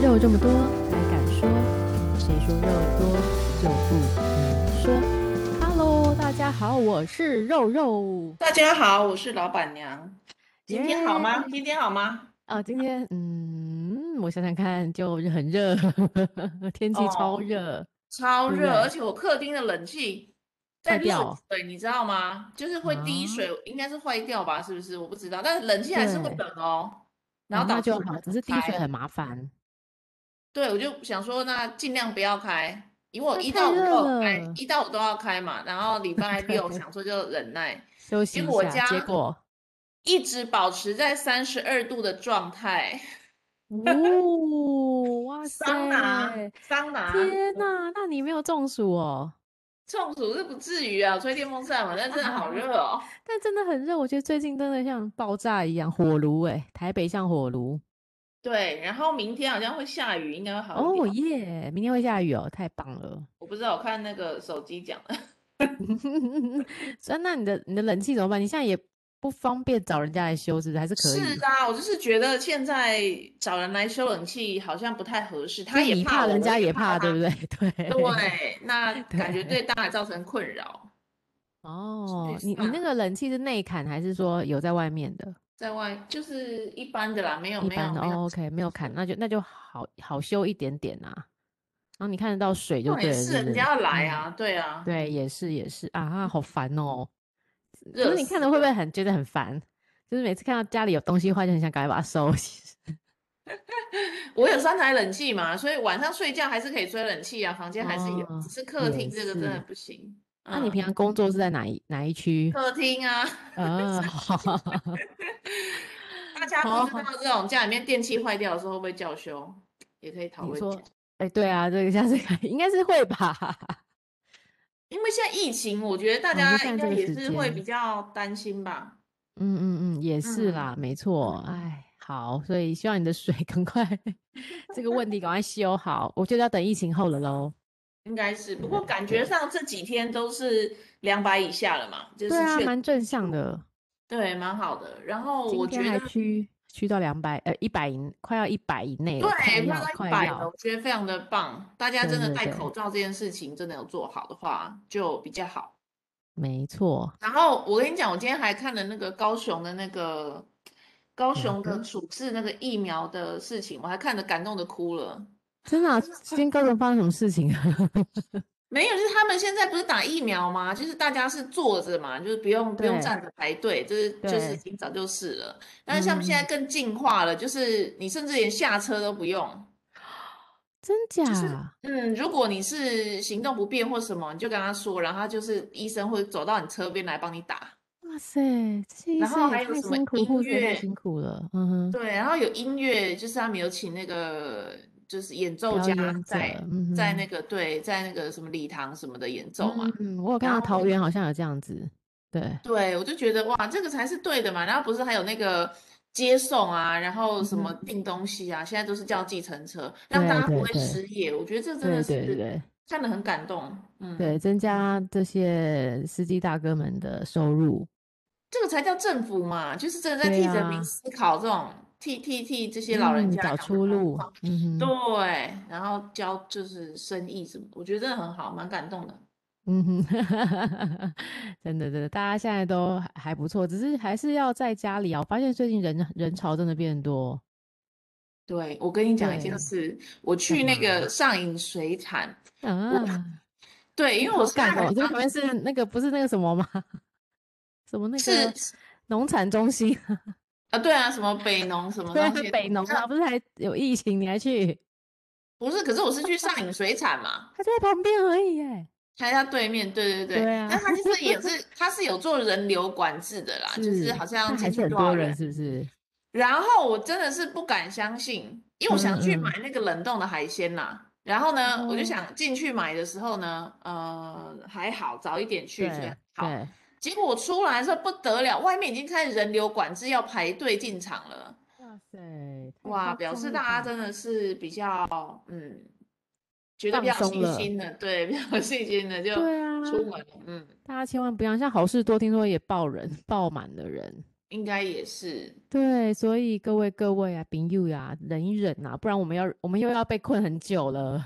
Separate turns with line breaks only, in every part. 肉这么多还哎敢说？谁说肉多就不能说？Hello，大家好，我是肉肉。
大家好，我是老板娘。今天好吗？
耶
今天好吗？
啊、今天嗯，我想想看，就是很热， 天气超
哦
热。
超
对不
热，
对
而且我客厅的冷气
坏
在漏
掉
水，你知道吗？就是会滴
啊
水，应该是坏掉吧？是不是？我不知道，但是冷气还是会
对
冷哦。然
啊
后
那
导致
就
我
好，
们
只是滴水
开
很麻烦。
对，我就想说，那尽量不要开，因为我
那
一
太
到五都
热
有开，
了
一到五都要开嘛。然后礼拜 六
对
想说就忍耐，
休息一
果我
下，结
家
果
一直保持在三十二度的状态。
哦，哇塞，
桑拿，桑拿，
天哪！那你没有中暑哦？
中暑是不至于啊，吹电风扇嘛，但真的好热哦。
但真的很热，我觉得最近真的像爆炸一样，火炉哎、台北像火炉
对，然后明天好像会下雨，应该会好一
哦
点。
耶！明天会下雨哦，太棒 了。
我不知道，我看那个手机讲的，
所以那你的你的冷气怎么办？你现在也不方便找人家来修，是不是？还是可以
是？啊，我就是觉得现在找人来修冷气好像不太合适，
就
他
是
也
你怕，
我，
人
我
家也怕，
怕
对
他
不。对？对。
对，那感觉
对
对大家造成困扰。
哦，你你
算
那个冷气是内砍还是说有在外面的？
在外就是一般的啦，没有
一
没有
般的
没有
哦，OK，没有砍，那就那就好好修一点点啊。然后你看得到水就
重
对
点
了，
是
是不
人
是？
家要来
嗯
啊，对啊，
对，也是也是啊，好烦哦。可
热
是你看
死
了会不
了。
会很觉得很烦？就是每次看到家里有东西坏，就很想赶快把它收 起。
我有三台冷气嘛，所以晚上睡觉还是可以吹冷气啊，房间还是有，
哦
只是客
也
厅这个真的
是
不行。
那、你
嗯，
平常工作是在哪一哪一 区？
客厅啊，
呃，好，
大家
好
不知
好
道这种家里面电器坏掉的时候会不会叫修，也可以讨
你
论一
说
下。，
哎、对啊，这个下次可以应该是会吧？
因为现在疫情，我觉得大
哦就
家
现
应
在这
该
个
也
时
是会
间
比较担心吧。
嗯嗯嗯，也是
嗯
啦，没错。
嗯，
哎，好，所以希望你的水 赶快这个问题赶快修好，我就要等疫情后了喽。
应该是。不
对
过感觉
嗯对
上这几天都是两百以下了嘛，就
对
是
啊，
确
蛮正向的。
对蛮好的。然后
今
我
天
觉
还
得
趋趋到两百，呃，一百以快要一百以内
对，
了，快
快
要
到一
快
百了，
要，
我觉得非常的棒。大家真
对
的
对
戴
对，
口罩这件事情真的有做好的话，就比较好。
没错。
然后我跟你讲，我今天还看了那个高雄的那个高
哪
雄的
个？
处置那个疫苗的事情，我还看得感动的哭了。
真的啊，今天高中发生什么事情啊？
没有，就是他们现在不是打疫苗吗？就是大家是坐着嘛，就是不用不用
对
站着排队，就是就是
对，
已经早就是了。但是他们现在
嗯，
更进化了，就是你甚至连下车都不用。
真
就是，
假？
嗯，如果你是行动不便或什么，你就跟他说，然后他就是医生会走到你车边来帮你打。
哇塞，这些医
然
生
后
也
还有
太
什么
辛苦，
音
护士也太
乐，
辛苦了。嗯哼，
对，然后有音乐，就是他们有请那个就是演奏
表
家
演者，
在在那
嗯
个对，在那个什么礼堂什么的演奏嘛。
哼，嗯，我有看
然
到
后
桃园好像有这样子，对，
对，我就觉得哇，这个才是对的嘛。然后不是还有那个接送啊，然后
嗯
什么
哼，
订东西啊，现在都是叫计程车，让大
对
家不
对
会
对
失业。我觉得这真
对
的是嗯
对对
看得很感动，嗯。
对，增加这些司机大哥们的收入。
这个才叫政府嘛，就是真的在
对
替人民
呀，
思考，这种替替替这些老人
嗯，
家
找
想办
出
法
路，
放，
嗯哼。
对，然后教就是生意什么，我觉得真的很好，蛮感动的。
嗯哼， 真的真的，大家现在都还还不错，只是还是要在家里啊。我发现最近人人潮真的变多，
对，我跟你讲一件
对，
事，我
干
去那个
嘛
上影水产，我
啊？
对，因
你
为我
好
是
赶
看
哦！
很
你这
多
旁边是那个不是那个什么吗？ 什么那个
是
农产中心？
啊，对啊，什么北农什么
对啊，
那些，
北
我
农
知道
啊，不是还有疫情，你还去？
不是，可是我是去上影水产嘛，
他就在旁边而已耶。
还在对面，对对
对
对，
啊，
但它就是也是它是有做人流管制的 啦，啊就是
是，
好像
但还
进
是
去
很
多
多
少
人，
人。
是不是？
然后我真的是不敢相信，因为我想去买
嗯
那个冷冻的海鲜啦。然后
嗯，
呢，我就
哦，
想进去买的时候呢，呃，还好早一点去，所以
对
好。
对，
结果我出来的时候不得了，外面已经开始人流管制，要排队进场了。
哇塞，太
哇，
夸
表
张
示
了
大家
吧！
真的是比较，嗯，觉得比
放
较有
松
信
了，
心的，对，比较有信心的就
对
出
啊。
门了，嗯。
大家千万不要像好事多，听说也爆人、爆满的人。
应该也是，
对，所以各位各位啊，朋友呀、忍一忍啊，不然我们要我们又要被困很久了。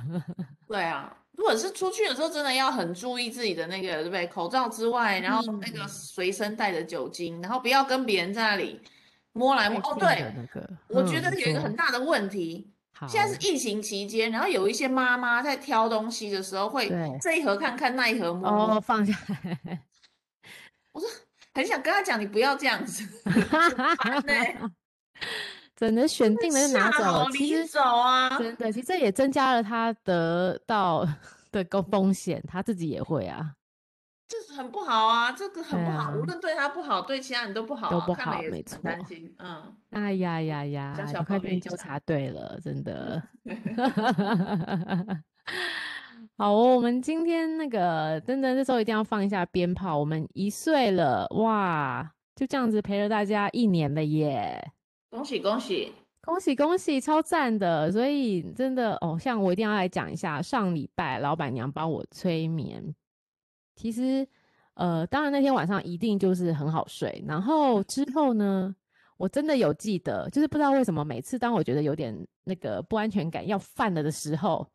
对啊。如果是出去的时候，真的要很注意自己的那个，对不对？口罩之外，然后那个
嗯
随身带着酒精，然后不要跟别人在那里摸来摸。
被
哦，
困
对
的，那个，
我觉
嗯
得
你
有一个
说
很大的问题，
好，
现在是疫情期间，然后有一些妈妈在挑东西的时候会
对
这一盒看看那一盒摸摸，
哦，放下来，
很想跟她讲你不要这样 子，烦呢
真的选定了就拿
吓
走
跑
了。其
拎
实
走啊，
真的，其实这也增加了他得到 的高风险，他自己也会啊，
这是很不好啊，这个很
对
不好，无
啊
论对她不好，对其他人都不好
都
啊，
不
看了
好
也
没
很担
错
心，嗯，
哎呀呀呀，
小
你
小
快
抱怨
变
一
纠
下
察队了，真 的。好哦，我们今天那个真的这时候一定要放一下鞭炮，我们一岁了哇，就这样子陪了大家一年了耶。
恭喜恭喜，
恭喜恭喜，超赞的！所以真的哦，像我一定要来讲一下，上礼拜老板娘帮我催眠。其实，呃，当然那天晚上一定就是很好睡，然后之后呢，我真的有记得，就是不知道为什么，每次当我觉得有点那个不安全感要犯了的时候，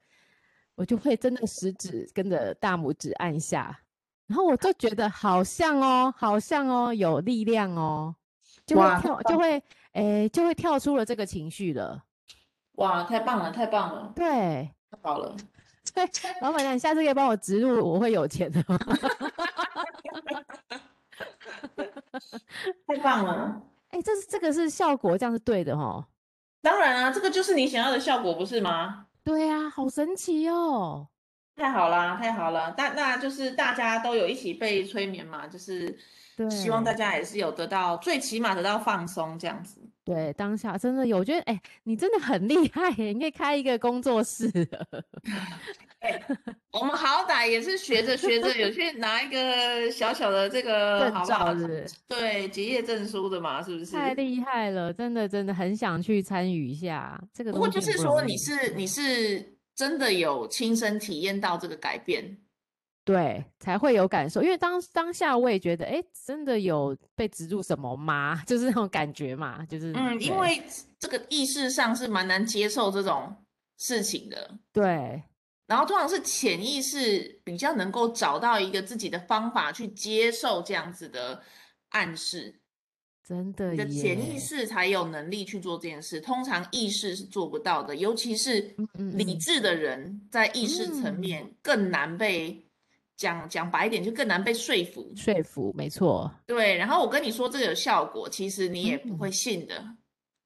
我就会真的食指跟着大拇指按下，然后我就觉得好像哦，好像哦，有力量哦，就
哇
会跳，就会诶，就会跳出了这个情绪了。
哇，太棒了，太棒了，
对，
太好了，
所以老板娘，你下次可以帮我植入，我会有钱的吗？
太棒了。
哎，这是这个是效果，这样是对的哦。
当然啊，这个就是你想要的效果，不是吗？
对啊，好神奇哦。
太好啦，太好了，那那就是大家都有一起被催眠嘛，就是
对，
希望大家也是有得到，最起码得到放松这样子。
对当下真的有，我觉得哎，你真的很厉害耶，你可以开一个工作室了。
我们好歹也是学着学着，有 去拿一个小小的这
证
个呃好不好
照是不是？
对，结业证书的嘛，是不是？
太厉害了，真的真的很想去参与一下这个
不
东西
过就
很
是
不
说
容
你
易
是你是真的有亲身体验到这个改变，
对才会有感受，因为当当下我也觉得，哎，真的有被植入什么吗？ 就是那种感觉嘛，就是
嗯，因
对
为这个意识上是蛮难接受这种事情的。
对
然后通常是潜意识比较能够找到一个自己的方法去接受这样子的暗示，
真的
你的潜意
耶
识才有能力去做这件事。通常意识是做不到的，尤其是
嗯嗯
理
嗯
智的人，在意识层
嗯
面更难被讲讲白一点，就更难被说服。
说服，没错。
对，然后我跟你说这个有效果，其实你也不
嗯
会信的，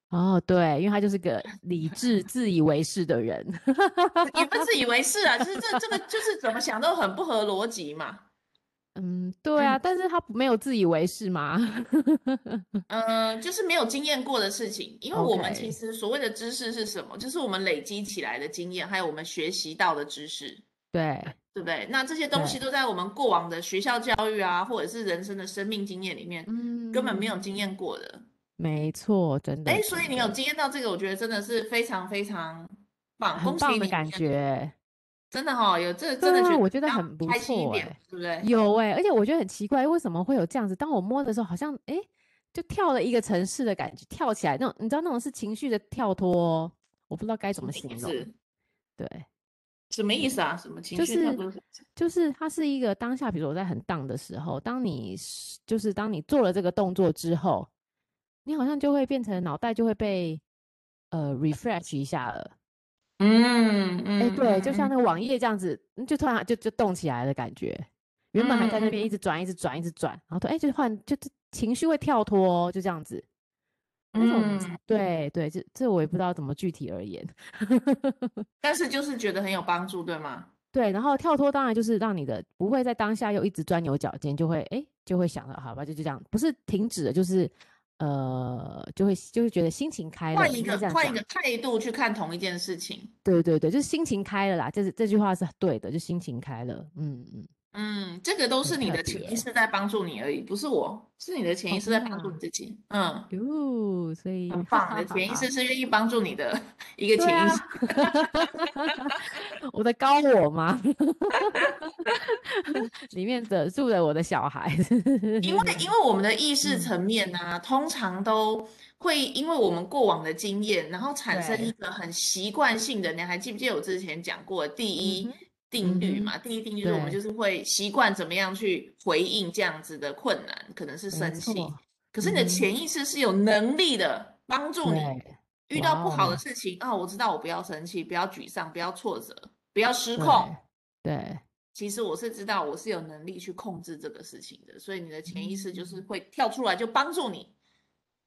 哦，对，因为他就是个理智、自以为是的人。
也不是以为是啊，就是这这个就是怎么想都很不合逻辑嘛。
嗯，对啊，但是他不没有自以为是吗？
嗯，就是没有经验过的事情，因为我们其
OK
实所谓的知识是什么，就是我们累积起来的经验，还有我们学习到的知识，
对，
对不对？那这些东西都在我们过往的学校教育啊，或者是人生的生命经验里面，
嗯，
根本没有经验过的。
没错，真的。
哎，所以
真
你有
的
经验到这个，我觉得真的是非常非常棒，
很
恭喜
棒的
你，
感觉，
真的哈、有这
对
真的觉
啊
得
我觉得
要
很不
开心一
错
点
哎，
对不对？
有哎、而且我觉得很奇怪，为什么会有这样子？当我摸的时候，好像哎、就跳了一个城市的感觉，跳起来那种，你知道那种是情绪的跳脱哦，我不知道该怎么
什么
形
意
容。
思？
对，
什么意思啊？什么情
嗯就
绪跳
是
脱？
就是它是一个当下，比如我在很荡的时候，当你是就是当你做了这个动作之后，你好像就会变成脑袋就会被呃 refresh 一下了。
嗯嗯，
哎，对，就像
嗯
那个网页这样子，嗯就突然就就动起来的感觉。原本还
嗯
在那边一直转，一直转，一直转，然后突然哎，就换就就情绪会跳脱哦、就这样子。那种
嗯。
对对，这这我也不知道怎么具体而言。
但是就是觉得很有帮助，对吗？
对，然后跳脱当然就是让你的不会在当下又一直钻牛角尖，就会哎就会想到好吧，就就这样，不是停止了，就是呃就会就会觉得心情开了，
换一
应该
个
这样
换一
讲
个。态度去看同一件事情，
对对对，就是心情开了啦，这是这句话是对的，就心情开了。嗯嗯，
嗯，这个都
很
是你
特
的潜
别
意识在帮助你而已，不是我，是你的潜意
哦，
识在
真的
帮助
啊，
你自己。嗯，
哟，所以
很
哈
棒，你
哈
的
哈
潜意
哈，
识是愿意帮助你的 一个
对
潜意
啊，
识。
我的高我吗？ 里面的住着我的小孩，
因为因为我们的意识
嗯，
层面呢、通常都会因为我们过往的经验，然后产生
对，
一个很习惯性的。你还记不记得我之前讲过的第
嗯
一
哼，
定
嗯
律
哼，
嘛？第一定律就是我们
对，
就是会习惯怎么样去回应这样子的困难，可能是
没
生气。
错，
可是
嗯
你的
哼，
潜意识是有能力的帮助你
对，
遇
哇
到不好的
哦，
事情啊、我知道我不要生气，不要沮丧，不要挫折，不要失控。
对，对，
其实我是知道我是有能力去控制这个事情的，所以你的潜意识就是
嗯，
会跳出来就帮助你，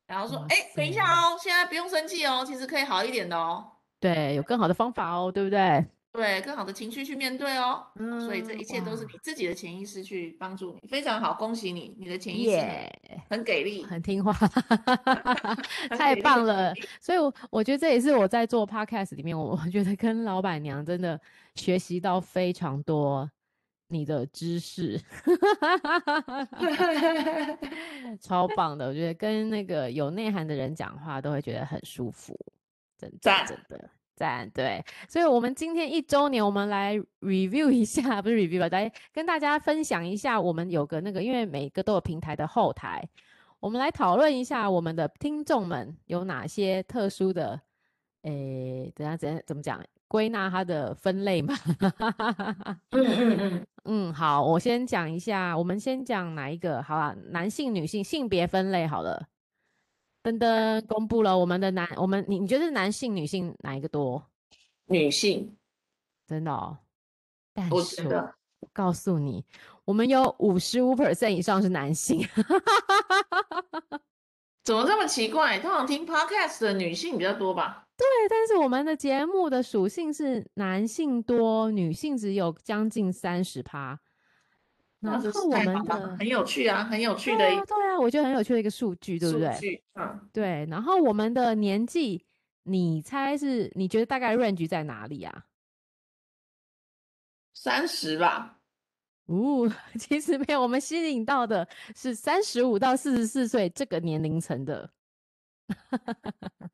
然后说，
哇
哎，
塞，
等一下哦，现在不用生气哦，其实可以好一点的哦，
对，有更好的方法哦，对不对？
对，更好的情绪去面对哦。所以这
嗯，
一切都是
哇，
你自己的潜意识去帮助你，非常好，恭喜你，你的潜意识很
耶、
很给力，
很听话，
很
太
给力，
棒
很给
了！
力。
所以我，我觉得这也是我在做 podcast 里面，我我觉得跟老板娘真的学习到非常多你的知识，超棒的！我觉得跟那个有内涵的人讲话，都会觉得很舒服，真的
赞，
真的赞对。所以，我们今天一周年，我们来 review 一下，不是 review 吧，来跟大家分享一下，我们有个那个，因为每个都有平台的后台。我们来讨论一下我们的听众们有哪些特殊的，诶，等下怎样怎么讲？归纳它的分类嘛。
嗯嗯嗯，
嗯，好，我先讲一下，我们先讲哪一个？好啊，男性、女性性别分类好了。噔噔，公布了我们的男，我们你你觉得男性、女性哪一个多？
女性，
真的哦。但
我觉
是我
得
我告诉你，我们有五十五 percent 以上是男性。
怎么这么奇怪？通常听 podcast 的女性比较多吧？
对，但是我们的节目的属性是男性多，女性只有将近三十趴。然
那真
后
是
我
太
们
好了，
的，
很有趣啊，很有
对
趣的一
啊，对啊，我觉得很有趣的一个数据，对不
数
对？
据。嗯，
对，然后我们的年纪，你猜是？你觉得大概 range 在哪里啊？
三十吧。
哦， 其实没有，我们吸引到的是三十五到四十四岁这个年龄层的，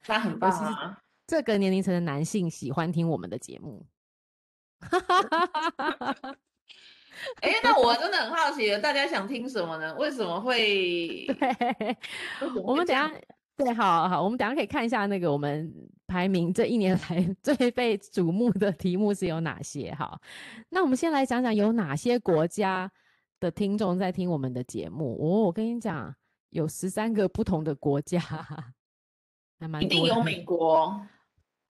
那很
尤
棒
其是
啊！
这个年龄层的男性喜欢听我们的节目。
哎，那我真的很好奇了，大家想听什么呢？为什么
对，
会为什么
我
会
们
这
等一下，
样？
对，好好，我们等一下可以看一下那个我们排名这一年 来最被瞩目的题目是有哪些。好，那我们先来讲讲有哪些国家的听众在听我们的节目。哦，我跟你讲，有十三个不同的国家， 还
一
蛮
定
多的。
有美国，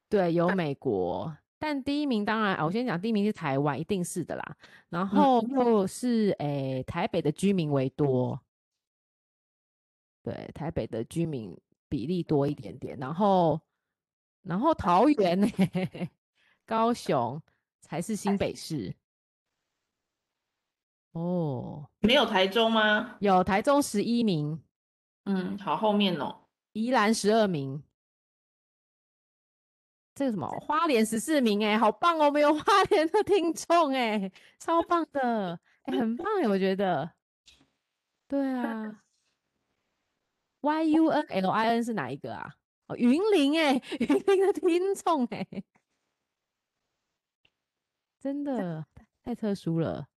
对，有美国，但第一名当然，啊我先讲第一名是台湾，一定是的啦。然
嗯，
后又是诶、台北的居民为多。对，台北的居民比例多一点点，然后，然后桃园呢、 高雄才是新北市哦，
没有台中吗？
有台中十一名，
嗯，好后面哦。
宜兰十二名，这个什么花莲十四名、哎，好棒哦，我们有花莲的听众、哎，超棒的，哎、很棒、哎，我觉得，对啊。Y U N L I N 是哪一个啊？哦，云林哎、云林的听众哎、真的太特殊了。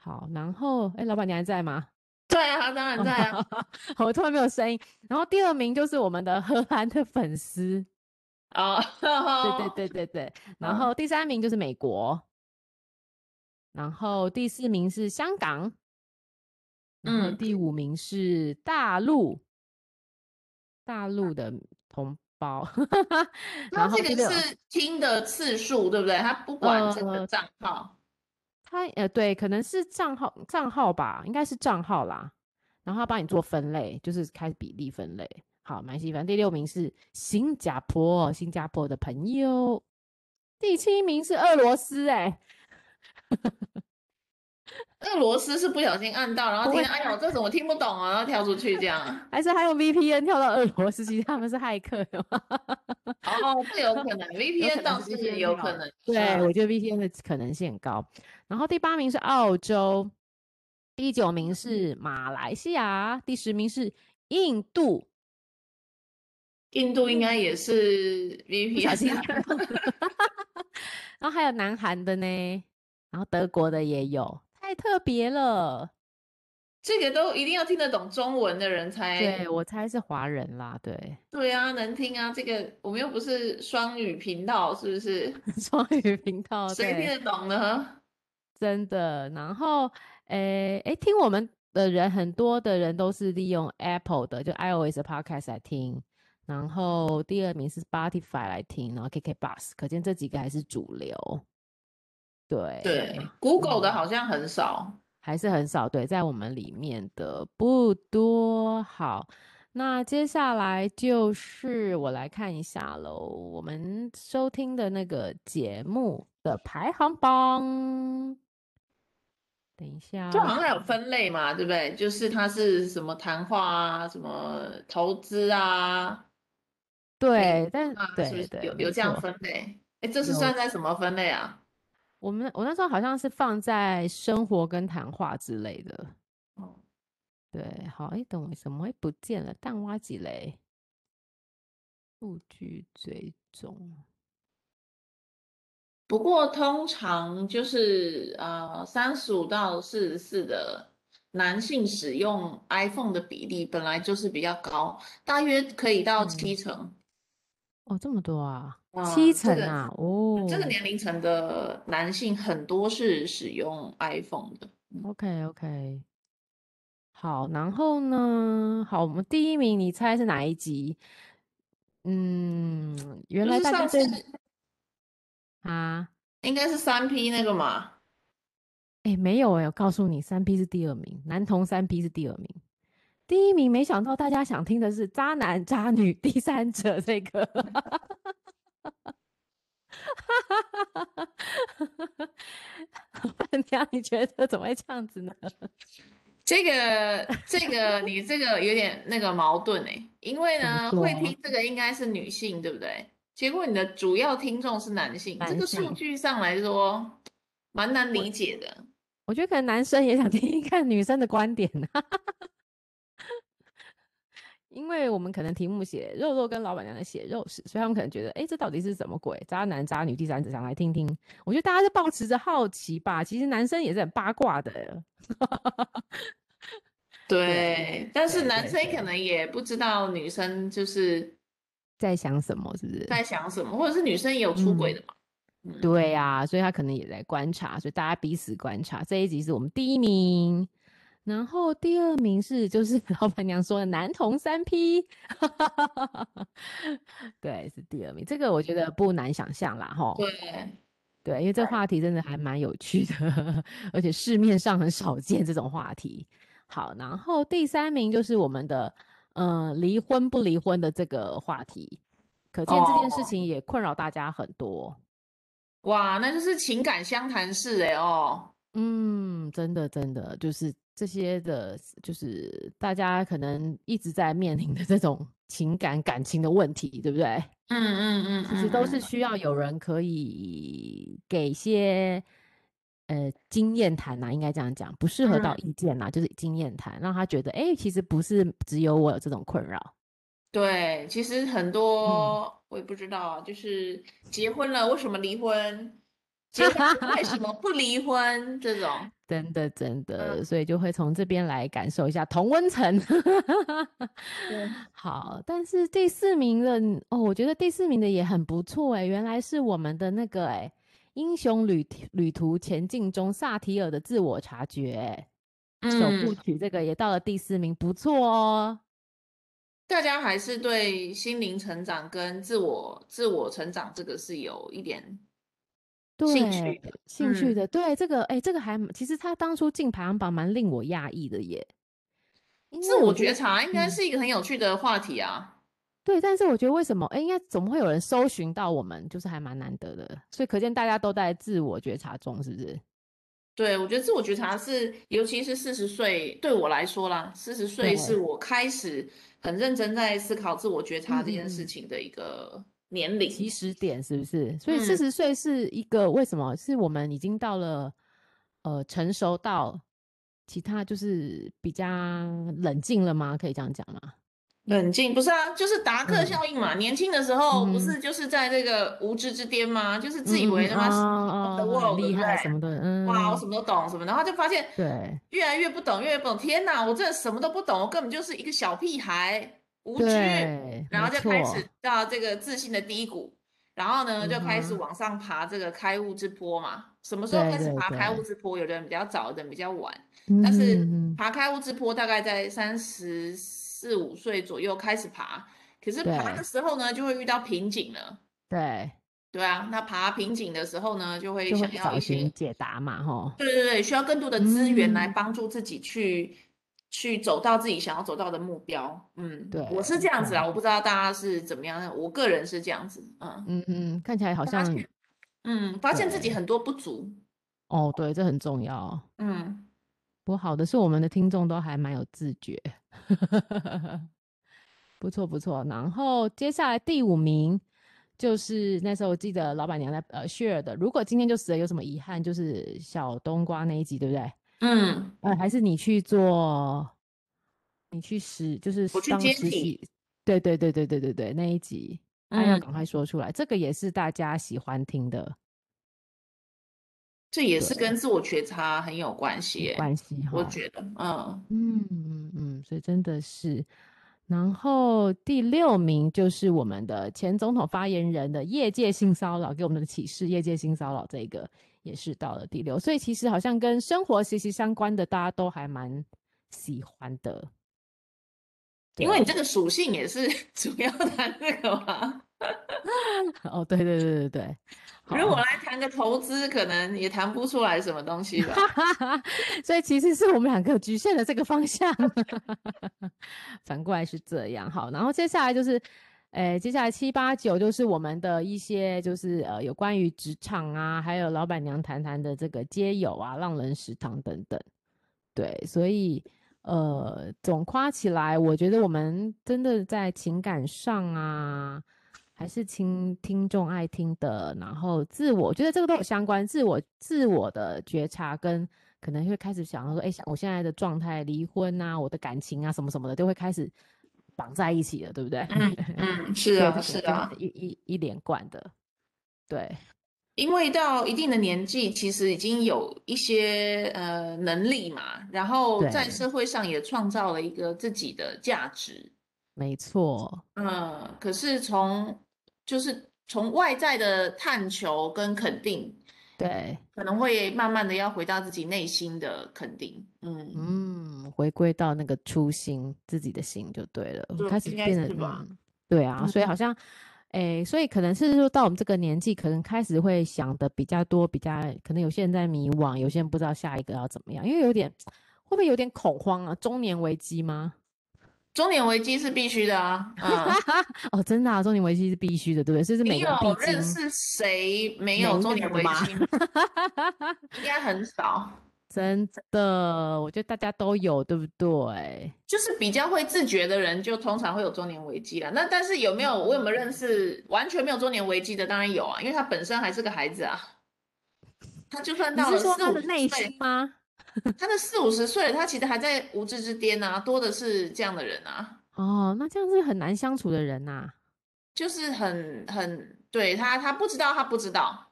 好，然后哎、老板娘还在吗？
对啊，当然在啊。
我突然没有声音。然后第二名就是我们的荷兰的粉丝，对对
哦，
对对对。然
嗯，
后第三名就是美国，然后第四名是香港，然后
嗯，
第五名是大陆。大陆的同胞， 然
那
后
这
第
个
六，
是听的次数，对不对？他不管这个
呃，
账号。
他呃对，可能是账号账号吧，应该是账号啦。然后他帮你做分类，就是开比例分类。好，蛮西，反正第六名是新加坡，新加坡的朋友。第七名是俄罗斯、欸，哎，
那个螺丝是不小心按到，然后
不
听
会
到哎呦这怎么听不懂啊，然后跳出去这样。啊
还是他用 VPN 跳到俄罗斯，其实他们是骇客的吗？
哦，这有可能，VPN
能
倒
是
是
VPN
有
跳
可
的
能。
对，
嗯
我觉得 VPN 的可能性很高。然后第八名是澳洲，第九名是马来西亚，第十名是印度。
印度应该也是 VPN，
不小心啊按到了 然后还有南韩的呢，然后德国的也有，太特别了。
这个都一定要听得懂中文的人才
对我猜是华人啦，对，
对啊，能听啊。这个我们又不是双语频道，是不是？
双语频道，
谁听
哦对，
得懂呢？
真的。然后，诶诶，听我们的人很多的人都是利用 Apple 的，就 iOS 的 Podcast 来听。然后第二名是 Spotify 来听，然后 KK Bus，可见这几个还是主流。对
对，Google 的
嗯
好像很少。
还是很少，对，在我们里面的不多。好，那接下来就是我来看一下喽，我们收听的那个节目的排行榜。等一下，
就好像还有分类嘛，对不对？就是它是什么谈话啊，什么投资啊，
对，但
啊，是不
对
是
对
有
没
有这样
错
分类？哎，这是
有
算在什么分类啊？
我们我那时候好像是放在生活跟谈话之类的。
哦
对，好，哎，等我怎么会不见了？淡挖几雷，数据追踪。
不过通常就是呃，三十五到四十四的男性使用 iPhone 的比例本来就是比较高，大约可以到
嗯
七成。
哦，这么多啊，
哇
七
这
成
个嗯
啊，哦，
这个年龄层的男性很多是使用 iPhone 的。
OK OK，好，然后呢，好，我们第一名，你猜是哪一集？嗯，原
就
来
是
大家
上次
对啊，
应该是三 P 那个嘛，
哎，没有哎，我告诉你，三 P 是第二名，男童三 P 是第二名，第一名没想到大家想听的是渣男渣女第三者这个， 半天你觉得怎么会这样子呢？
这个这个你这个有点那个矛盾哎、因为
怎么
呢会
说啊
听这个应该是女性对不对？结果你的主要听众是男性，这
男
个数
性
据上来说蛮难理解的。
我觉得可能男生也想听听看女生的观点啊， 因为我们可能题目写肉肉跟老板娘的血肉史，所以他们可能觉得，哎，这到底是什么鬼？渣男渣女第三者想来听听。我觉得大家是抱持着好奇吧，其实男生也是很八卦的。
对，但是
对
男
对
生
对
可能也不知道女生就是
在想什么，是不是？
在想什么，或者是女生也有出轨的嘛。嗯
对呀、所以他可能也在观察，所以大家彼此观察。这一集是我们第一名，然后第二名是就是老板娘说的男童三 P，对，是第二名。这个我觉得不难想象啦，吼。
对，
对，因为这
对
话题真的还蛮有趣的， 而且市面上很少见这种话题。好，然后第三名就是我们的呃离婚不离婚的这个话题，可见这件
哦
事情也困扰大家很多。
哇，那就是情感相谈式哎、哦，
嗯，真的真的，就是这些的，就是大家可能一直在面临的这种情感感情的问题，对不对？
嗯嗯嗯，
其实都
嗯
是需要有人可以给一些呃经验谈呐、应该这样讲，不适合到意见呐、就是经验谈，让他觉得哎、诶其实不是只有我有这种困扰。
对，其实
嗯
很多我也不知道啊，就是结婚了为什么离婚，结婚了为 什么不离婚这种，
真的，真的，所以就会从这边来感受一下同温层。
对
好，但是第四名的哦，我觉得第四名的也很不错哎，原来是我们的那个哎，英雄旅旅途前进中萨提尔的自我察觉哎，首部
嗯，
曲这个也到了第四名，不错哦。
大家还是对心灵成长跟自我自我成长这个是有一点兴趣
对
的，
兴趣
嗯
的，对这个，哎，这个还蛮其实他当初进排行榜蛮令我讶异的耶，因
自
为
我
觉
觉
得
察应该
嗯
是一个很有趣的话题啊，
对，但是我觉得为什么，哎，应该怎么会有人搜寻到我们，就是还蛮难得的，所以可见大家都在自我觉察中，是不是？
对，我觉得自我觉察是，尤其是四十岁，对我来说啦，四十岁是
对
我开始很认真在思考自我觉察
嗯
这
嗯
件
嗯
事情的一个年龄。
起始点是不是？所以四
嗯
十岁是一个为什么？是我们已经到了呃成熟到其他就是比较冷静了吗？可以这样讲吗？
冷静不是啊，就是达克
嗯
效应嘛。年轻的时候
嗯
不
哼
是就是在这个无知之巅吗？就是自
嗯
以
嗯
为
嗯
他妈是
啊啊
the world，
很
对
厉
不
害
对
什么的，嗯，
哇，我什么都懂什么，然后就发现
对
越来越不懂，越来越不懂。天哪，我真的什么都不懂，我根本就是一个小屁孩，无知。
对，
然后
没
就开始
错，
到这个自信的低谷，然后呢就开始
嗯哼
往上爬这个开悟之坡嘛。什么时候
对
开始
对
爬开悟
对
之坡？有的人比较早，有的人比较晚。但是
嗯哼
爬开悟之坡大概在三十四五岁左右开始爬，可是爬的
对
时候呢，就会遇到瓶颈了。
对，
对啊，那爬瓶颈的时候呢，就会
就会
想要
找
一
寻
些，
解答嘛，吼，
对对对，需要更多的资源来
嗯
帮助自己去去走到自己想要走到的目标。嗯，
对
我是这样子
对，
啦，我不知道大家是怎么样，我个人是这样子，嗯，
嗯嗯，看起来好
发
像
现，嗯，发现自己
对，
很多不足，
哦，对，这很重要。
嗯，
不过好的是，我们的听众都还蛮有自觉， 不错不错。然后接下来第五名就是那时候我记得老板娘在呃 share 的，如果今天就死了有什么遗憾，就是小冬瓜那一集，对不对？
嗯，
呃，还是你去做，你去实，就是
我去
当
接
实
体，
习，对对对对对对对，那一集，哎，要
嗯，
赶快说出来，这个也是大家喜欢听的，
这也是
对，
跟自我觉察很有关系
有
耶，
关系
我
哈。
觉得，嗯
嗯嗯嗯，所以真的是。然后第六名就是我们的前总统发言人的业界性骚扰给我们的启示，业界性骚扰这个也是到了第六，所以其实好像跟生活息息相关的，大家都还蛮喜欢的。
因为你
对，啊
这个属性也是 主要谈这个嘛。
哦，对对对对对，
如
好，
果来谈个投资，可能也谈不出来什么 东西吧。
哈哈哈，所以其实是我们两个局限了这个方向， 反过来是这样。好，然后接下来就是，诶，接下来七八九就是我们的一些就是呃有关于职场啊，还有老板娘谈谈的这个街友啊、浪人食堂等等。对，所以呃，总夸起来，我觉得我们真的在情感上啊，还是听听众爱听的，然后自我，我觉得这个都有相关，自我自我的觉察跟可能会开始想到说，哎，像我现在的状态，离婚啊，我的感情啊，什么什么的，都会开始绑在一起了，对不对？
嗯嗯，
对，
是
就
啊
可
是
能就是
啊，
一一一连贯的，对，
因为到一定的年纪，其实已经有一些呃能力嘛，然后在
对，
社会上也创造了一个自己的价值。
没错，
嗯，可是从就是从外在的探求跟肯定，
对。
可能会慢慢的要回到自己内心的肯定。嗯，
嗯，回归到那个初心，自己的心就对了，
对，
开始
应该
变得
是吧。
嗯，对啊，
嗯
所以好像，诶，所以可能是说到我们这个年纪，可能开始会想的比较多，比较可能有些人在迷惘，有些人不知道下一个要怎么样，因为有点会不会有点恐慌啊？中年危机吗？
中年危机是必须的啊。嗯，
哦，真的啊，中年危机是必须的，对不对？这是
你
每个人必
有认
经
识谁没有
没
中年
有
危
嘛，
机吗？ 应该很少，
真的，我觉得大家都有，对不对？
就是比较会自觉的人，就通常会有中年危机啦。那但是有没有我有没有认
嗯，
识完全没有中年危机的？当然有啊，因为他本身还是个孩子啊。他就算
你
到
是
了
说
四
他
五
的
十
内心
岁，
吗？
他的四五十岁了，他其实还在无知之巅啊，多的是这样的人啊。
哦，那这样是很难相处的人呐、
就是很很对他，他不知道，他不知道，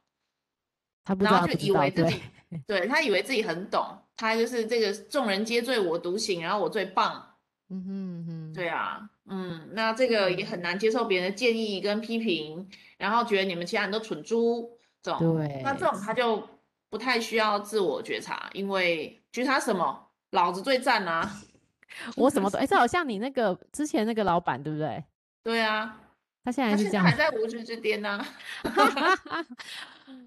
他不知
然
道，
后
他
就
不知
以
道，
为自
对，
己，对，他以为自己很懂，他就是这个众人皆醉我独醒，然后我最棒，
嗯哼嗯
对啊，嗯，那这
哼，
个也很
嗯，
难接受别人的建议跟批评，然后觉得你们其他人都蠢猪这种，那这
对，
种他就不太需要自我觉察，因为觉察什么，老子最赞啊，
我什么都，哎、这好像你那个之前那个老板，对不对？
对啊，
他现在
他
是这
现在
样吗？
还在无知之巅啊呢、
哈哈哈！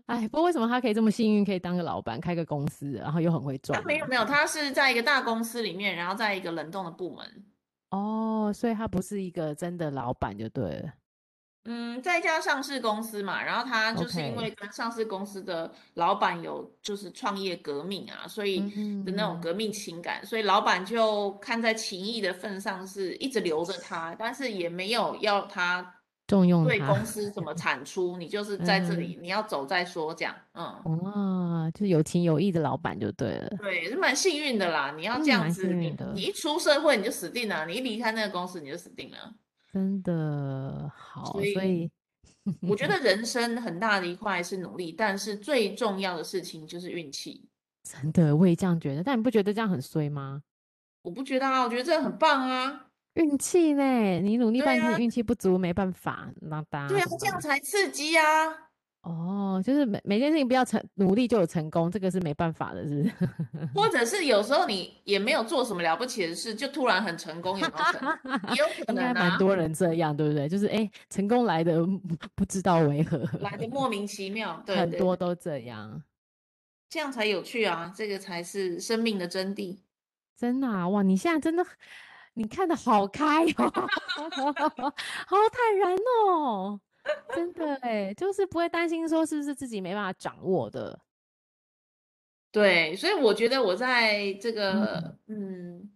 哎，不过为什么他可以这么幸运，可以当个老板，开个公司，然后又很会
啊，
赚
没有
呢？
没有，他是在一个大公司里面，然后在一个冷冻的部门。
哦，所以他不是一个真的老板就对了。
嗯，再加上市公司嘛，然后他就是因
OK
为跟上市公司的老板有就是创业革命啊，所以的那种
嗯，
革命情感，所以老板就看在情谊的份上是一直留着他，但是也没有要他
重用
对
它，
公司怎么产出，你就是在这
嗯，哦
里，你要走再说这样，嗯。
哇，就是有情有义的老板就对了，
对，是蛮幸运的啦。你要
嗯，
这样
蛮
子，
幸运
你你
的，
一出社会你就死定了，你一离开那个公司你就死定 了。
真的
所
好，所
以
以
我觉得人生很大的一块是努力，但是最重要的事情就是运气。
真的我也这样觉得，但你不觉得这样很衰吗？
我不觉得啊，我觉得这很棒啊。
运气呢？你努力
对
半天，
啊，
运气不足，没办法，那大
对
家
啊，
怎么
这样
办？
才刺激啊。
哦，就是每每件事情不要成努力就有成功，这个是没办法的，是不是？
或者是有时候你也没有做什么了不起的事，就突然很成功，有没有可 能？也有啊可
应
能
该蛮
啊，
多人这样，对不对？就是哎，诶成功来的 不知道为何，
来的莫名 其妙。对
很
对
多
对，
都这样，
这样才有趣啊，这个才是生命的真谛。
真的啊，哇！你现在真的很，你看的好开哦， 好坦然哦，真 的哎，就是不会担心说是不是自己没办法掌握的，
对，所以我觉得我在这个
嗯，
嗯，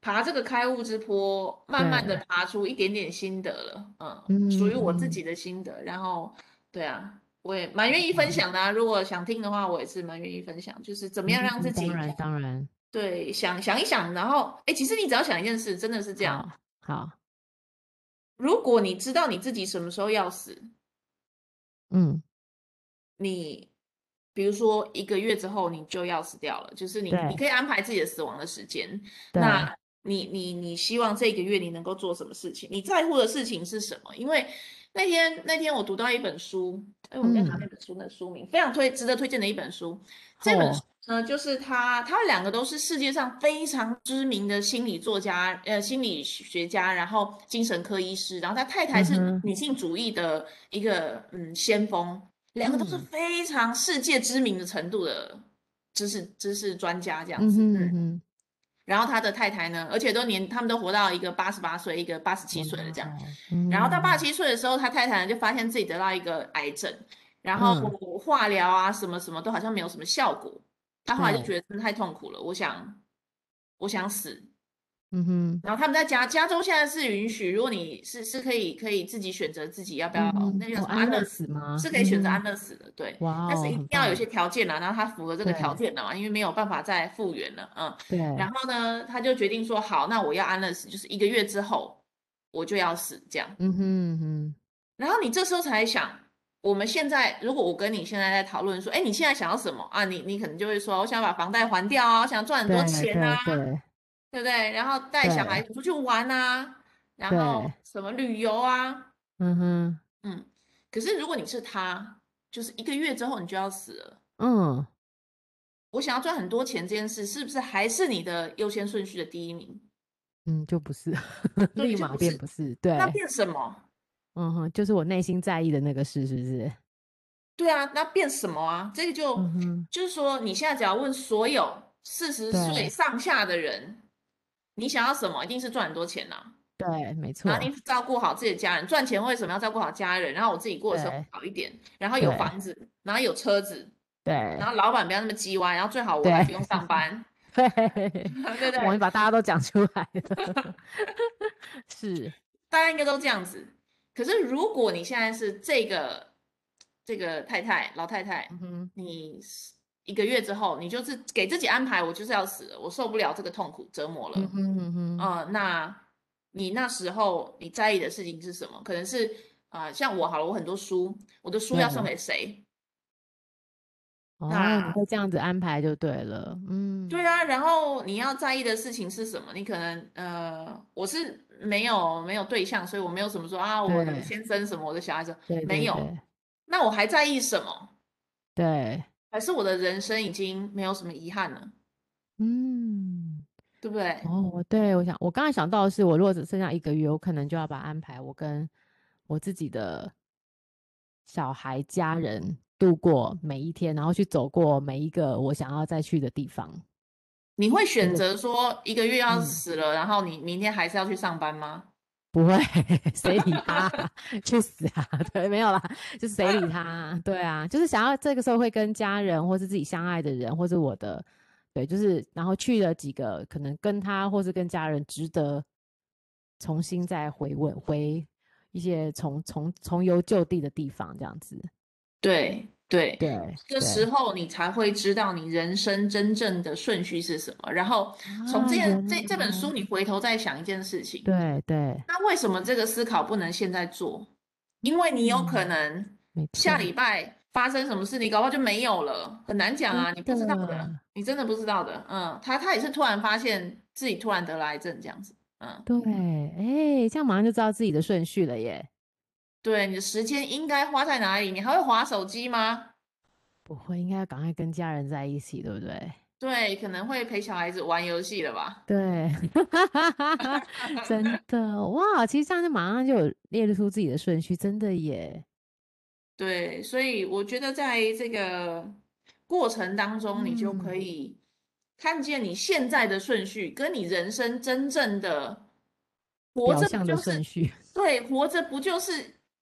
爬这个开悟之坡，慢慢的
对，
爬出一点点心得了，嗯，属于我自
嗯
己的心得。然后，对啊，我也蛮愿意分
嗯
享的啊，如果想听的话，我也是蛮愿意分享，就是怎么样让自
嗯，当
己
然当然，
对想想一想，然后，哎，其实你只要想一件事，真的是这样。
好好，
如果你知道你自己什么时候要死，
嗯，
你比如说一个月之后你就要死掉了，就是你你
对
可以安排自己的死亡的时间。
对，
那你你你希望这个月你能够做什么事情？你在乎的事情是什么？因为那天那天我读到一本书，哎，我应该拿那
嗯，
本书的书名，非常推值得推荐的一本书。这本书
嚯，
呢，就是他，他们两个都是世界上非常知名的心理作家，呃，心理学家，然后精神科医师，然后他太太
嗯
是
哼，
女性主义的一个嗯先锋，两个都是
嗯
非常世界知名的程度的知识知识专家这样
嗯
子，
哼
嗯。
嗯
然后他的太太呢，而且都年，他们都活到一个八十八岁，一个八十七
哼，
岁了
哇
这样。
哦，
然后到八
嗯
十七岁的时候，他太太呢就发现自己得到一个癌症，然后
嗯，
化疗啊什么什么都好像没有什么效果。他后来就
对，
觉得真的太痛苦了，我想我想死。
嗯哼，
然后他们在加加州现在是允许，如果你是是可以可以自己选择自己要
嗯
不要那
哼，
个叫
哦，
什么
安
安乐
乐死
死，
吗？
是可以选择安
嗯，
乐死的，对。
哇
但
哦，
是一定
很
要有
棒，
一些条件啊啦，然后他符合这个条
对
件了嘛，因为没有办法再复原了，嗯。然
对，
后呢，他就决定说好，那我要安乐死，就是一个月之后我就要死这样。
嗯哼嗯哼。
然后你这时候才想，我们现在如果我跟你现在在讨论说，哎，你现在想要什么啊？你你可能就会说，我想把房贷还掉啊，我想赚很多
对
钱
对
啊，
对
对不对？然后带小孩
对
子出去玩啊，然后
对，
什么旅游啊，
嗯哼，
嗯。可是如果你是他，就是一个月之后你就要死了。
嗯，
我想要赚很多钱这件事，是不是还是你的优先顺序的第一名？
嗯，就不是，
对，
立
就
马
不
变
是。
不是，
那
对，
变什么？
嗯哼，就是我内心在意的那个事，是不是？
对啊，那变什么啊？这个就
嗯哼，
就是说，你现在只要问所有四十岁
对
上下的人，你想要什么，一定是赚很多钱啦、
对，没错，
然后一定是照顾好自己的家人。赚钱为什么要照顾好家人？然后我自己过的生活
对
好一点，然后有
对
房子，然后有车子，然
对
后老板不要那么叽歪，然后最好我还
对
不用上班，
对，
对不
哇，你
对？
把大家都讲出来了， 是，
大家应该都这样子。可是如果你现在是这个这个太太老太太，
嗯 哼，
你是一个月之后，你就是给自己安排，我就是要死了，我受不了这个痛苦折磨
嗯
了。
哼嗯哼，
呃，那你那时候你在意的事情是什么？可能是啊、呃像我好了，我很多书，我的书要送
对，
给谁？
哦，你
那
会这样子安排就对了，
对
嗯，
啊，然后你要在意的事情是什么？你可能呃，我是没有没有对象，所以我没有什么说啊，我的
对
先生什么，我的小孩子
对
没
对
有。
对
那我还在意什么？
对，
还是我的人生已经没有什么遗憾了，
嗯。
对不对？
哦，我对，我想，我刚才想到的是，我如果只剩下一个月，我可能就要把安排我跟我自己的小孩家人度过每一天，然后去走过每一个我想要再去的地方。
你会
这
选
个，
择说一个月要
嗯，
死了，然后你明天还是要去上班吗？
不会， 谁理他 啊？去死啊！对，没有啦，就是谁理他啊？对啊，就是想要这个时候会跟家人或是自己相爱的人，或者我的，对，就是然后去了几个可能跟他或是跟家人值得重新再回问回一些重重重游旧地的地方，这样子。
对对，
对，
这
对
时候你才会知道你人生真正的顺序是什么。然后从这
啊
件
原
这这本书，
来
你回头再想一件事情，
对对，
那为什么这个思考不能现在做？因为你有可
嗯
能
没错，
下礼拜发生什么事，你搞不好就没有了，很难讲啊，你不
真
知道的，
的
你真的不知道的。嗯，他他也是突然发现自己突然得了癌症这样子，嗯。
对，哎，这样马上就知道自己的顺序了耶。
对，你的时间应该花在哪里？你还会划手机吗？
不会，应该要赶快跟家人在一起，对不对？
对，可能会陪小孩子玩游戏了吧？
对， 真的哇！其实这样就马上就有列出自己的顺序，真的耶。
对，所以我觉得在这个过程当中，你就可
嗯
以看见你现在的顺序，跟你人生真正的活
表
着不
象的
就
顺
是，
序，
对，活着不就是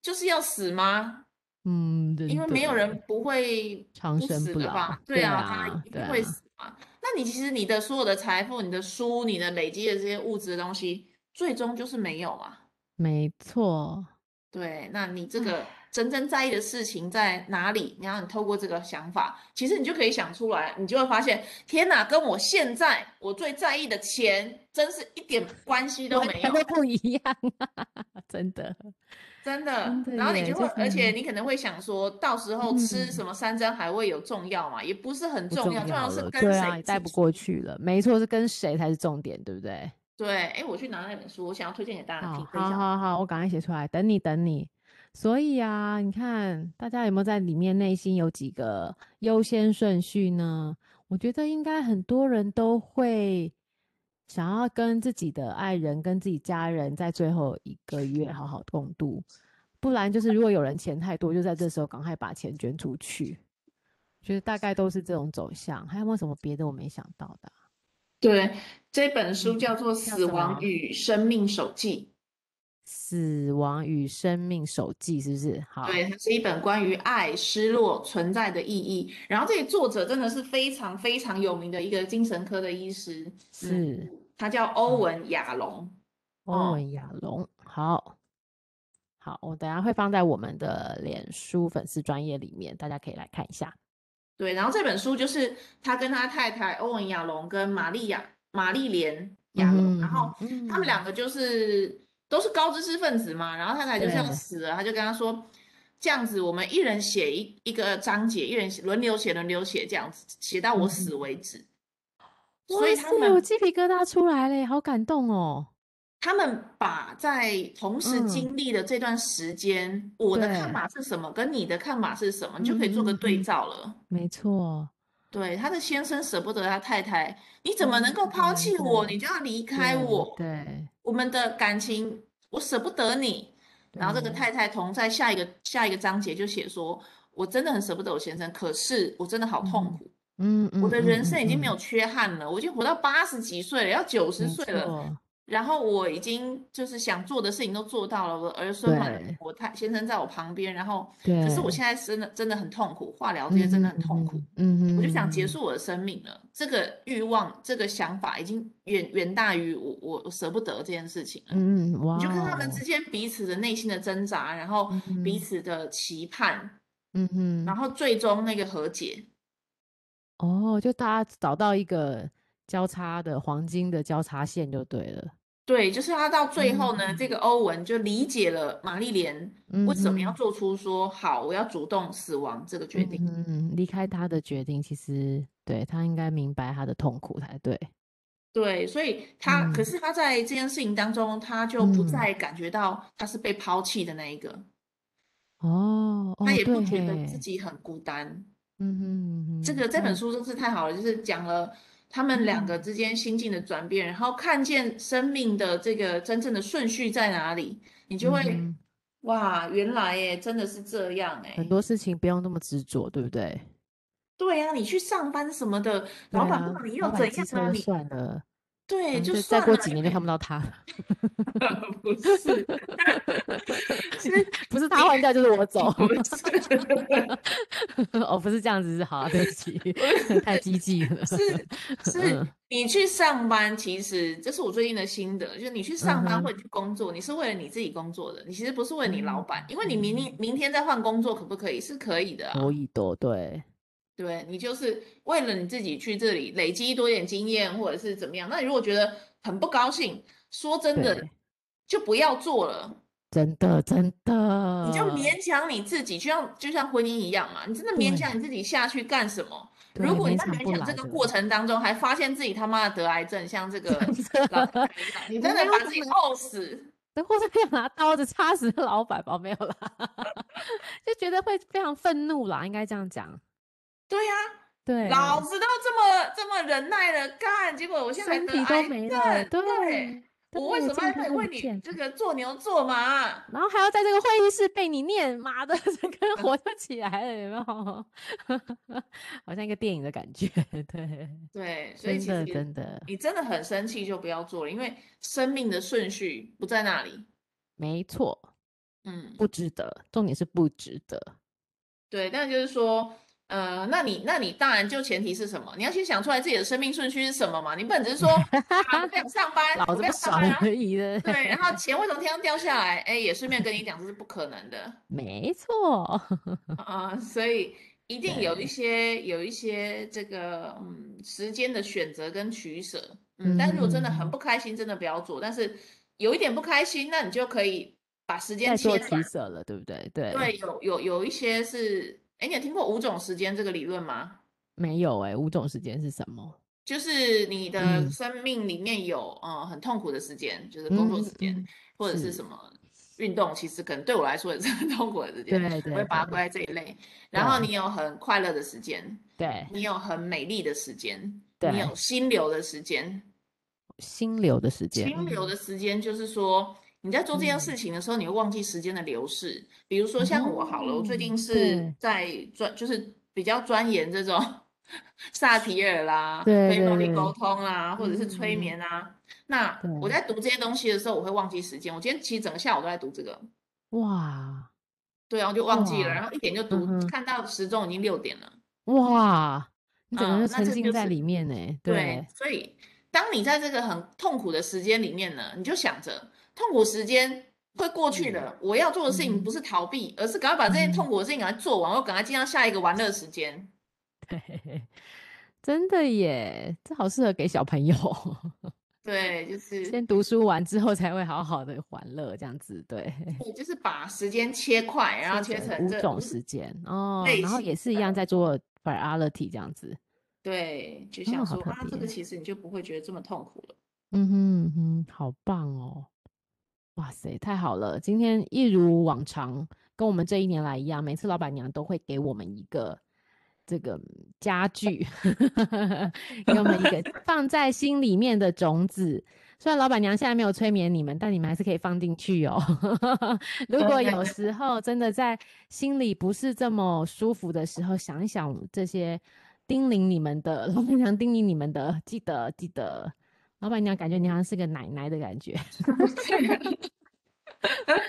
就是要死吗？
嗯，
因
真
为
的
没有人
耶，
不会
长
不
生
死
不
的
老。
吧？对
对
啊，他
啊，
一
对
定会
啊，
死嘛。那你其实你的所有的财富、你的书、你的累积的这些物质的东西，最终就是没有嘛。
没错。
对，那你这个
唉，
真正在意的事情在哪里？然后你透过这个想法，其实你就可以想出来，你就会发现，天哪，跟我现在我最在意的钱，真是一点关系都
完
没
全都
有。
不一样啊！真的，
真
真
的，
的
然后你
耶，
就会，
就是
而且你可能会想说，到时候吃什
嗯，
么山珍海味有重要吗？也不是很
不
重
重
要，重要
要
是
了。
跟
对啊，
谁
也带
自
不
己。
过去了。没错，是跟谁才是重点，对不对？
对，哎，我去拿那本书，我想要推荐给大家
好，
听，分
好，
享。
好，好，我赶快写出来，等你，等你。所以啊，你看大家有没有在里面内心有几个优先顺序呢？我觉得应该很多人都会想要跟自己的爱人、跟自己家人在最后一个月好好共度，不然就是如果有人钱太多，就在这时候赶快把钱捐出去。觉得大概都是这种走向，还有没有什么别的我没想到的啊？
对，这本书叫
嗯，
做
叫
《死
什
亡
么？
与生命手记》，
死亡与生命手记是不是？好，
对，它是一本关于爱、失落、存在的意义。然后这个作者真的是非常非常有名的一个精神科的医师，嗯，
是，
他叫欧
好，
文·亚龙，
欧
哦，
文亚龙，好好，我等一下会放在我们的脸书粉丝专业里面，大家可以来看一下。
对，然后这本书就是他跟他太太欧文·亚龙跟玛丽亚玛丽莲
嗯
亚龙，然后
哼，
他们
嗯，
两个就是都是高知识分子嘛，然后太太就是要
对，
死了，他就跟他说，这样子我们一人写一一个章节，一人写轮流写轮流写，这样子写到我
嗯
死
哼，
为止。
哇
所以
塞，
他
我
们
鸡皮疙瘩出来了耶，好感动哦。
他们把在同时
嗯，
经历的这段时间，我的看
对，
法是什么，跟你的看法是什么，你就可以做个
嗯嗯
对
嗯，
照了。
没错，
对，他的先生舍不得他太太，你怎么能
嗯，
够
太
抛
难
弃我？
过，
你就要离开
对
我，
对
我们的感情我舍不得你。然后这个
对，
太太同在下一个下一个章节就写说，我真的很舍不得我先生，可是我真的好
嗯
痛
哼，
苦，
嗯嗯
我的
嗯
人
嗯
生已经没有
嗯，
缺憾了，我已经活到八十几岁了，要九十
没
岁了，
错，
然后我已经就是想做的事情都做到了，我儿孙满
对
我太先生在我旁边，然后可是我
对，
现在真的真的很痛苦，化疗这些
嗯
真的
哼
很
嗯
痛苦，
哼嗯
我就想结
哼。
束我的生命了。这个欲望，这个想法已经远远大于我我我舍不得这件事情了。
嗯，哇
你就看他们之
哦，
间彼此的内心的挣扎，然后
嗯
彼
哼，
此的期盼，
嗯
然
哼，
后最终那个和解。
哦，就大家找到一个交叉的黄金的交叉线就对了，
对，就是他到最后呢，这
嗯
个欧文就理解了玛丽莲为
嗯
什么要
哼，
做出说好，我要主动死亡这个决
嗯
定。
哼，离开他的决定，其实对他应该明白他的痛苦才对，
对，所以他，可
嗯
是他在这件事情当中，他就不
嗯，
再感觉到他是被抛弃的那一个，
哦
他
哦，
也不
对
觉得自
嘿，
己很孤单。
嗯哼
这
嗯
个
哼，
这本
那
书真是太好了，就是讲了他们两个
嗯
之间心境的转变，然后看见生命的这个真正的顺序在哪里，你就
嗯
会，
哼，
哇，原来耶，真的是这样
很
哎。
多事情不用那么执着，对不对？
对呀，你去上班什么的，老
对
板不
啊，
管你
老
又
板
怎
机
样
车
啊，
就
你
算了，
对，
嗯
就
再
算
再过
了
几年就看 不到他了，
不是，是
不 是他换掉就是我走。
不是
哦，不是这样子，是好、啊，对不 起， 太激进了。
是是
嗯，
你去上班，其实这是我最近的心得，就是你去上
嗯
班
哼
或者去工作，你是为了你自己工作的，你其实不是为了你老板，因为你明
嗯
明明天再换工作可不可以？是可以的啊，
可以的，对，
对，你就是为了你自己去这里累积多一点经验，或者是怎么样。那你如果觉得很不高兴，说真的
对，
就不要做了，
真的真的，
你就勉强你自己，就像就像婚姻一样嘛，你真的勉
对
强你自己下去干什么？
对
如果你
勉
在
强不
勉强
来
这个
的
过程当中还发现自己他妈的得癌症，像这个
啊
老板一样，你
我
真的
没有
把自己怄死。
对，或是要拿刀子插死老板吧，没有啦， 就觉得会非常愤怒啦，应该这样讲。
对呀、
对，啊
老子都这么这么忍耐了，干，结果我现在还
身
得
体都
癌
没
症
了，，对，
我为
对
什么
健
还
康
得
这么
为你
健
这
康
个做牛做马？啊
然后还要在这个会议室被你念，妈的，整个人活就起来了，有没有？ 好像一个电影的感觉， 对，
对，所以
真
其
的
实
真的
你真的很生气就不要做了，因为生命的顺序不在那里。
没错，
嗯，
不值得，重点是不值得，
对，但就是说，呃，那你那你当然就前提是什么？你要先想出来自己的生命顺序是什么嘛？你不能只 是说啊，我不想上班，
老
我
子
不
不
想上
爽
班啊
而。已的，
对，然后钱为什么天上掉下来？哎，也顺便跟你讲，这是不可能 的。
没错，
啊、所以一定有一
对
些有一些这个嗯时间的选择跟取舍，嗯，
嗯
但
哼
如果真的
嗯
很
哼
不开心，真的不要做。但是有一点不开心，那你就可以把时间
再
切
做
断。
取舍了，对不对？对，
对，有有有一些是，哎，你有听过五种时间这个理论吗？
没有哎、五种时间是什么？
就是你的
嗯
生命里面有呃很痛苦的时间，就是工作
嗯
时间，
嗯，
或者是
是，
什么运动，其实可能对我来说也是很痛苦的时间，
对
我会
对
把它归
对
在这一类。然后
对
你有很快乐的时间，
对
你有很美丽的时间，你有
对，
心流的时间。
心流的时间，
心
嗯
流的时间就是说，你在做这件事
嗯
情的时候，你会忘记时间的流逝。比如说像我好了，我最近
嗯，
是
对
在专，就是比较钻研这种 萨提尔啦、
对
非暴
对
力沟
对，
通啦，或者是催
嗯
眠啊。那
对，
我在读这些东西的时候，我会忘记时间。我今天其实整个下午都在读这个，
哇
对啊，我就忘记了，然
哇，
后一点就
嗯
读，
哼，
看到时钟已经六点了。
哇，你整个
嗯，
人就
那
沉
这
浸
就
在
是。
里面呢，
对，
对，
所以当你在这个很痛苦的时间里面呢，你就想着痛苦时间会过去
嗯
的，我要做的事情不
嗯
是逃避，而是赶快把
哼
这件
嗯
痛
哼，
苦的事情赶快做完，我赶快进到下一个玩乐时间。
对，真的耶，这好适合给小朋友，
对， 就是
先读书完之后才会好好的玩乐，这样子，对，
对，就是把时间切块，然后
切
切
成
成
五
这
种
五种
时间哦，
类
然后
型
也是一样
的。
在做 virality 这样子，
对，就
哦，
想
好
说
特
啊，这个
别，
其实你就不会觉得这么痛苦 了。
嗯哼嗯哼，好棒哦。哇塞，太好了！今天一如往常，跟我们这一年来一样，每次老板娘都会给我们一个这个家具， 给我们 一个放在心里面的种子。虽然老板娘现在没有催眠你们，但你们还是可以放进去哦。 如果有时候真的在心里不是这么舒服的时候，想一想这些叮咛你们的老板娘叮咛你们的，记得记得。老板娘感觉你好像是个奶奶的感觉。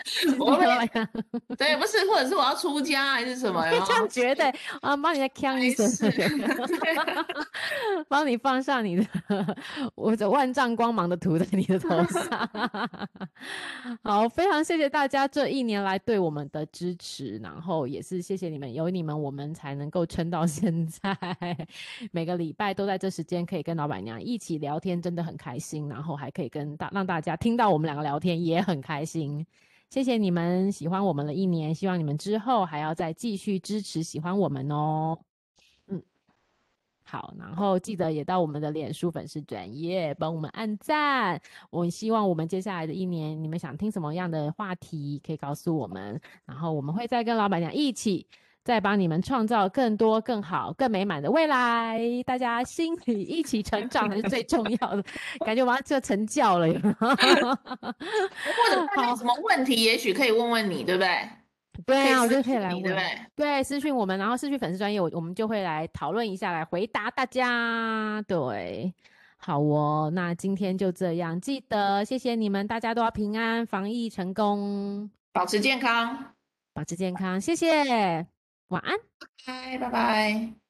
是
我
不
会
是老板娘
对，不是，或者是我要出家还是什 么，然
这样
后
觉得啊，帮你再呛一
没
声，
事，对。
帮你放上你的 我的万丈光芒的涂在你的头上。 好，非常谢谢大家这一年来对我们的支持，然后也是谢谢你们，有你们我们才能够撑到现在。 每个礼拜都在这时间可以跟老板娘一起聊天，真的很开心。然后还可以跟大让大家听到我们两个聊天，也很开心。谢谢你们喜欢我们了一年，希望你们之后还要再继续支持喜欢我们哦。嗯，好，然后记得也到我们的脸书粉丝专页帮我们按赞。我希望我们接下来的一年，你们想听什么样的话题，可以告诉我们，然后我们会再跟老板娘一起。再帮你们创造更多、更好、更美满的未来，大家心里一起成长才是最重要的。感觉我要就成教了，有没有
或者大家有
好，
什么问题，也许可以问问你，对不对？可
哦对
以
啊，我
私
就可以
信
来
你，对不
问，
对？
对，私讯我们，然后私讯粉丝专业，我我们就会来讨论一下，来回答大家。对，好哦，那今天就这样，记得谢谢你们，大家都要平安，防疫成功，
保持健康，
保持健康，谢谢，晚安。
拜拜拜。